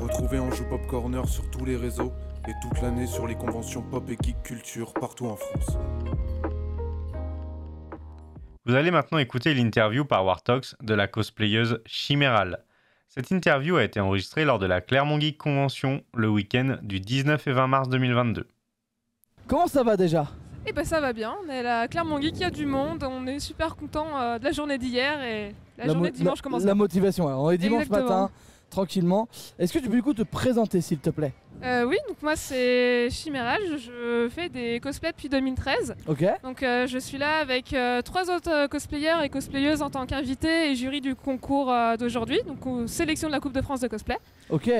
Retrouvez Anjou Pop Corner sur tous les réseaux et toute l'année sur les conventions pop et geek culture partout en France. Vous allez maintenant écouter l'interview par Wartox de la cosplayeuse Chiméral. Cette interview a été enregistrée lors de la Clermont Geek Convention le week-end du 19 et 20 mars 2022. Comment ça va déjà Et ben ça va bien, on est là, Clermont Geek, il y a du monde, on est super content euh, de la journée d'hier et la, mo- journée de dimanche commence. la motivation, alors, on est dimanche Exactement. matin, tranquillement. Est-ce que tu peux du coup te présenter s'il te plaît Euh, oui, donc moi c'est Chiméral, je- je fais des cosplays depuis 2013. Ok Donc euh, je suis là avec euh, trois autres euh, cosplayers et cosplayeuses en tant qu'invités et jury du concours euh, d'aujourd'hui, donc aux sélection de la Coupe de France de cosplay. Ok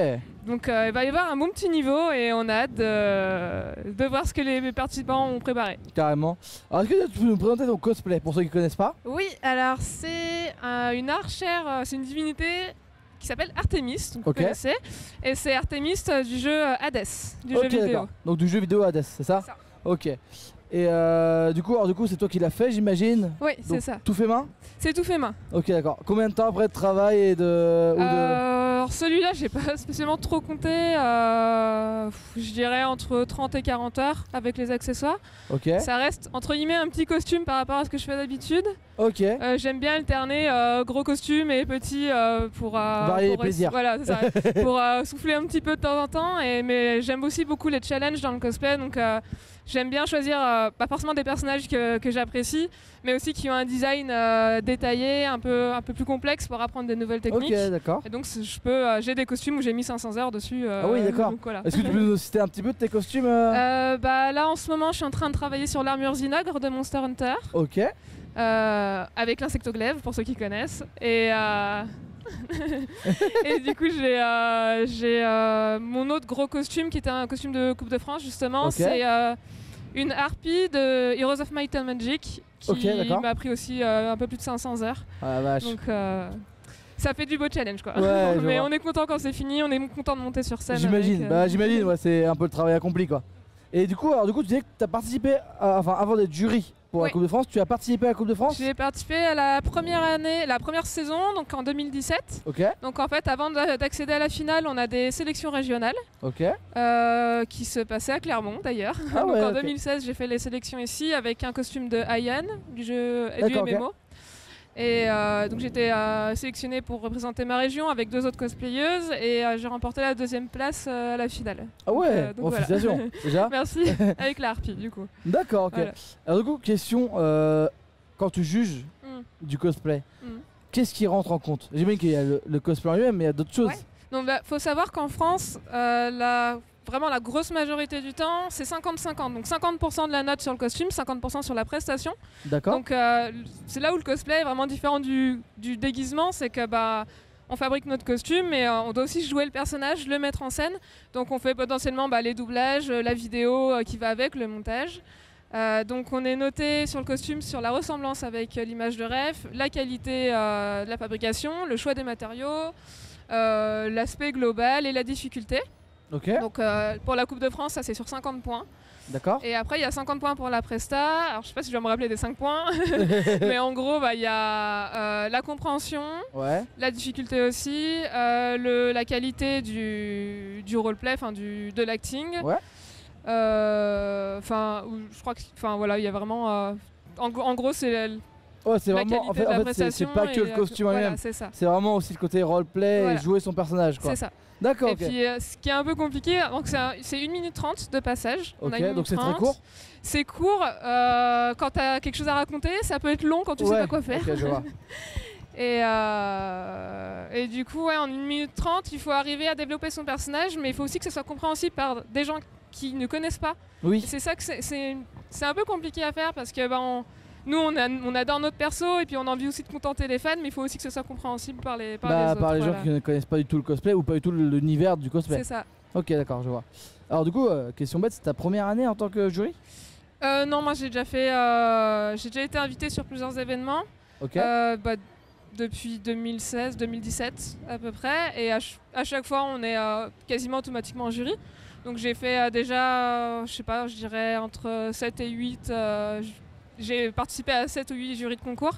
Donc euh, il va y avoir un bon petit niveau et on a hâte de, de voir ce que les participants ont préparé. Carrément. Alors est-ce que tu peux nous présenter ton cosplay pour ceux qui ne connaissent pas Oui, alors c'est euh, une archère, euh, c'est une divinité qui s'appelle Artemis, donc Ok. vous connaissez, et c'est Artemis euh, du jeu euh, Hades, du Ok jeu vidéo. d'accord. Donc du jeu vidéo Hades, c'est ça C'est ça. Ok. Et euh, du coup, alors du coup, c'est toi qui l'as fait, j'imagine Oui, c'est Donc, ça. Tout fait main C'est tout fait main. Ok, d'accord. Combien de temps après de travail et de. ou de- Euh, alors, celui-là, j'ai pas spécialement trop compté. euh, pff, je dirais entre 30 et 40 heures avec les accessoires. Ok. Ça reste entre guillemets un petit costume par rapport à ce que je fais d'habitude. Ok. Euh, J'aime bien alterner euh, gros costume et petit euh, pour, euh, Varier les pour plaisirs. Voilà, c'est ça. pour euh, souffler un petit peu de temps en temps. Et, mais j'aime aussi beaucoup les challenges dans le cosplay. Donc euh, j'aime bien choisir euh, pas forcément des personnages que, que j'apprécie, mais aussi qui ont un design euh, détaillé, un peu, un peu plus complexe pour apprendre des nouvelles Ok, techniques. d'accord. Et donc c'est- je peux, euh, j'ai des costumes où j'ai mis 500 heures dessus. euh, Ah oui, d'accord. donc voilà. Est-ce que tu peux nous citer un petit peu de tes costumes euh Euh, bah, là en ce moment je suis en train de travailler sur l'armure Zinogre de Monster Hunter Ok. Ah, euh, avec l'insectoglaive pour ceux qui connaissent et euh, et du coup j'ai euh, j'ai euh, mon autre gros costume qui était un costume de Coupe de France justement Ok. c'est euh, une harpie de Heroes of Might and Magic qui Ok, d'accord. m'a pris aussi euh, un peu plus de 500 heures Ah la vache. donc euh, ça fait du beau challenge quoi. Ouais, je Mais vois. on est content quand c'est fini, on est content de monter sur scène. J'imagine, avec, euh, bah j'imagine, ouais, c'est un peu le travail accompli quoi. Et du coup, alors du coup, tu disais que t'as participé, à- enfin avant d'être jury pour la Oui. Coupe de France, tu as participé à la Coupe de France J'ai participé à la première année, la première saison, donc en 2017. Ok, Donc en fait, avant d'a- d'accéder à la finale, on a des sélections régionales ok, euh, qui se passaient à Clermont d'ailleurs. Ah donc ouais, en ok. 2016, j'ai fait les sélections ici avec un costume de Ayan du jeu et du D'accord, ok. MMO. Et euh, donc j'étais euh, sélectionnée pour représenter ma région avec deux autres cosplayeuses et euh, j'ai remporté la deuxième place euh, à la finale. ah Donc, ouais, euh, donc bon, voilà. félicitations déjà. Merci avec la harpie du coup. D'accord, ok. Voilà. Alors du coup, question, euh, quand tu juges Mm. du cosplay, Mm. qu'est-ce qui rentre en compte J'imagine qu'il y a le, le cosplay en lui-même, mais il y a d'autres choses. Ouais. Donc il bah, faut savoir qu'en France, euh, la, vraiment la grosse majorité du temps, c'est 50-50. Donc 50% de la note sur le costume, 50% sur la prestation. D'accord Donc euh, l- c'est là où le cosplay est vraiment différent du, du déguisement, c'est que bah on fabrique notre costume, mais euh, on doit aussi jouer le personnage, le mettre en scène. Donc on fait potentiellement bah, les doublages, euh, la vidéo euh, qui va avec, le montage. Euh, donc on est noté sur le costume sur la ressemblance avec euh, l'image de ref, la qualité euh, de la fabrication, le choix des matériaux, euh, l'aspect global et la difficulté. Ok, Donc euh, pour la Coupe de France, ça c'est sur 50 points. d'accord. Et après, il y a 50 points pour la Presta. Alors, je sais pas si je dois me rappeler des 5 points, mais en gros, bah, il y a euh, la compréhension, Ouais, la difficulté aussi, euh, le- la qualité du, du roleplay, enfin, du- de l'acting. Ouais. Euh, Enfin, ou- je crois que. Enfin, voilà, il y a vraiment. euh, en, gro- en gros, c'est la, la ouais c'est vraiment, qualité en fait, de la en fait, c'est- c'est prestation. pas que et le la- costume en voilà, lui-même. c'est ça. C'est vraiment aussi le côté roleplay et Voilà. jouer son personnage quoi. C'est ça. D'accord, Et ok. puis, euh, ce qui est un peu compliqué, donc c'est un- c'est 1 minute 30 de passage. On a une ok, donc minute c'est très 30. court. C'est court euh, quand t'as quelque chose à raconter, ça peut être long quand tu sais Ouais, pas quoi faire. ok, je vois. Et, euh, et du coup, ouais, en 1 minute 30, il faut arriver à développer son personnage, mais il faut aussi que ce soit compréhensible par des gens qui ne connaissent pas. Et Oui, C'est ça que c'est- c'est c'est un peu compliqué à faire parce que ben, on- nous, on, a- on adore notre perso et puis on a envie aussi de contenter les fans, mais il faut aussi que ce soit compréhensible par les, par bah, les autres. par les gens voilà. qui ne connaissent pas du tout le cosplay ou pas du tout l'univers du cosplay. C'est ça. Ok, d'accord, je vois. Alors du coup, euh, question bête, c'est ta première année en tant que jury Euh, non, moi j'ai déjà fait. euh, j'ai déjà été invitée sur plusieurs événements. Ok. Euh, bah, depuis 2016-2017 à peu près. Et à, ch- à chaque fois, on est euh, quasiment automatiquement en jury. Donc j'ai fait euh, déjà, euh, je sais pas, je dirais entre 7 et 8. euh, j- j'ai participé à 7 ou 8 jurys de concours.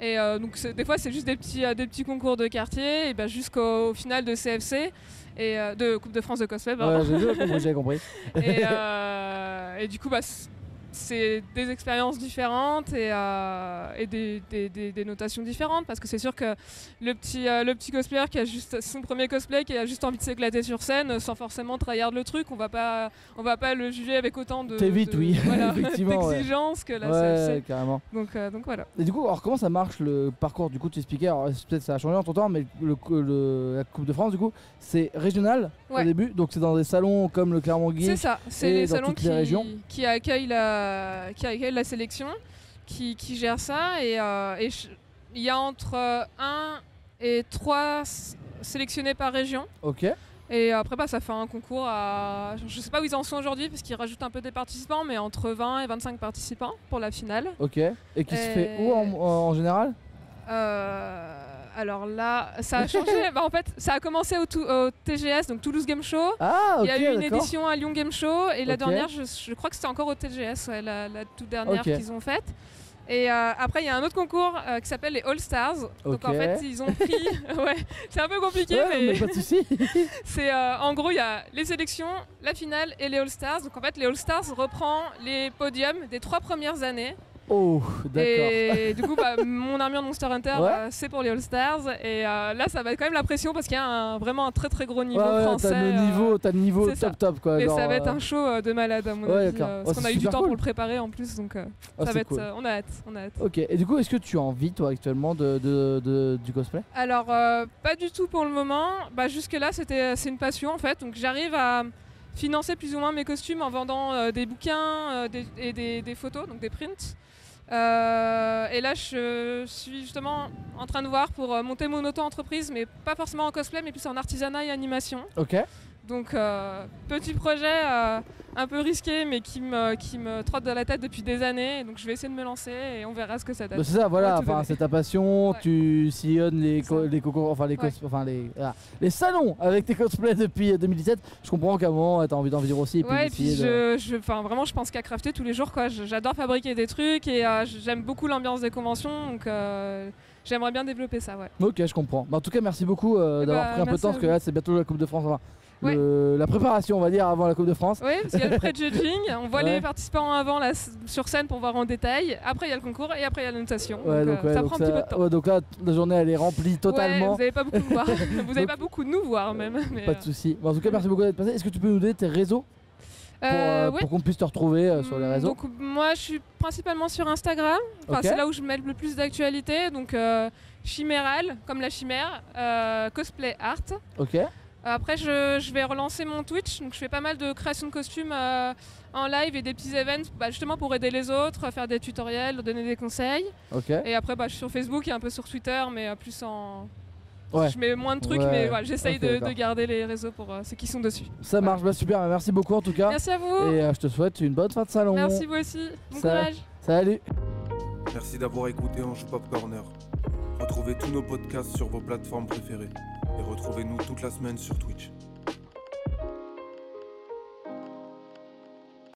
Et euh, donc c'est- des fois c'est juste des petits, euh, des petits concours de quartier, et ben jusqu'au au final de CFC et euh, de Coupe de France de cosplay. pardon. Ouais, j'ai j'ai compris, j'ai compris. Et, euh, et du coup, bah, c- c'est des expériences différentes et, euh, et des, des- des- des notations différentes parce que c'est sûr que le petit, euh, le petit cosplayer qui a juste son premier cosplay, qui a juste envie de s'éclater sur scène euh, sans forcément tryhard le truc, on va pas, on va pas le juger avec autant de, T'évites, de- oui, voilà, effectivement, ouais. d'exigence que la Ouais, CFC. carrément. Donc, euh, donc voilà. Et du coup, alors comment ça marche le parcours du coup de chez Speaker Alors, c'est- Peut-être ça a changé entre temps, mais le, le- la Coupe de France, du coup, c'est régional au Ouais. début, donc c'est dans des salons comme le Clermont C'est Guy. ça, et c'est les dans salons toutes qui, les régions. qui accueillent la, qui accueillent la sélection, qui, qui gèrent ça. Et euh, et ch- il y a entre 1 et 3 sélectionnés par région. Ok. Et après, bah, ça fait un concours à. Je sais pas où ils en sont aujourd'hui, parce qu'ils rajoutent un peu des participants, mais entre 20 et 25 participants pour la finale. Ok. Et qui se fait Euh, où en, en général Euh, alors là, ça a changé. Bah, en fait, ça a commencé au, tou- au TGS, donc Toulouse Game Show. Ah, ok, Il y a eu une d'accord. édition à Lyon Game Show et la Ok. dernière, je, je crois que c'était encore au TGS, ouais, la, la toute dernière Ok. qu'ils ont faite. Et euh, après, il y a un autre concours euh, qui s'appelle les All Stars. Ok. Donc en fait, ils ont pris. ouais, c'est un peu compliqué, Ouais, mais, mais pas de soucis. c'est euh, en gros, il y a les sélections, la finale et les All Stars. Donc en fait, les All Stars reprend les podiums des trois premières années. oh, d'accord. Et du coup, bah, mon armure de Monster Hunter, Ouais. euh, c'est pour les All Stars. Et euh, là, ça va être quand même la pression parce qu'il y a un- vraiment un très très gros niveau Ouais, ouais, français. t'as le euh, niveau, t'as le niveau c'est top ça. top quoi. et genre, ça va être euh, un show euh, de malade à mon Ouais, avis. d'accord. euh, Oh, parce c'est qu'on a eu du super temps cool. pour le préparer en plus, donc euh, ah, ça c'est va être, cool. Oh. euh, on a hâte, on a hâte. Ok, et du coup, est-ce que tu as envie, toi, actuellement, de, de- de- du cosplay Alors euh, pas du tout pour le moment. Bah jusque là c'était c'est une passion en fait, donc j'arrive à financer plus ou moins mes costumes en vendant euh, des bouquins euh, des- et des, des photos, donc des prints. Euh, et là je suis justement en train de voir pour euh, monter mon auto-entreprise, mais pas forcément en cosplay, mais plus en artisanat et animation. Ok. Donc euh, petit projet euh, un peu risqué mais qui me, qui me trotte dans la tête depuis des années. Donc je vais essayer de me lancer et on verra ce que ça donne. Bah, c'est ça, voilà, Ouais, tout à enfin, fait. c'est ta passion, Ouais. tu sillonnes les, co- C'est ça. les concours, enfin, les, cos- Ouais. enfin les, voilà, les salons avec tes cosplays depuis euh, 2017. Je comprends qu'à un moment, t'as envie d'en vivre aussi. Et puis ouais, et puis d'essayer de- je, je- enfin, vraiment je pense qu'à crafter tous les jours quoi. Je- J'adore fabriquer des trucs et euh, j'aime beaucoup l'ambiance des conventions donc euh, j'aimerais bien développer ça ouais. Ok, je comprends. Bah, en tout cas, merci beaucoup euh, Eh d'avoir bah, pris un peu de merci temps, à parce que vous. là, c'est bientôt la Coupe de France. enfin, le- la préparation, on va dire, avant la Coupe de France. Oui, parce qu'il y a le pré-judging, on voit Ouais. les participants avant là, s- sur scène pour voir en détail, après il y a le concours et après il y a la notation. Ouais, donc, donc, euh, ouais, ça donc prend un ça- petit peu de temps. ouais, donc là, la journée, elle est remplie Ouais, totalement. vous n'avez pas beaucoup de voir, vous n'avez Donc- pas beaucoup de nous voir même. mais, Pas de euh, soucis. Bah, en tout cas, merci beaucoup d'être passé. Est-ce que tu peux nous donner tes réseaux pour, euh, euh, ouais, pour qu'on puisse te retrouver euh, sur les Hmm, réseaux Donc moi je suis principalement sur Instagram, Enfin, Ok. c'est là où je mets le plus d'actualité, donc euh, chiméral comme la chimère, euh, cosplay art. Ok. Après je, je vais relancer mon Twitch, donc je fais pas mal de création de costumes euh, en live et des petits events bah, justement pour aider les autres, faire des tutoriels, leur donner des conseils. Ok. Et après bah, je suis sur Facebook et un peu sur Twitter, mais euh, plus en... Ouais. Je mets moins de trucs, Ouais. mais voilà, j'essaye Ok, de- de, d'accord. garder les réseaux pour euh, ceux qui sont dessus. Ça marche, bah super, merci beaucoup en tout cas. Merci à vous, Et euh, je te souhaite une bonne fin de salon. merci vous aussi, bon Ça- courage Salut. Merci d'avoir écouté Anjou Pop Corner. Retrouvez tous nos podcasts sur vos plateformes préférées et retrouvez-nous toute la semaine sur Twitch.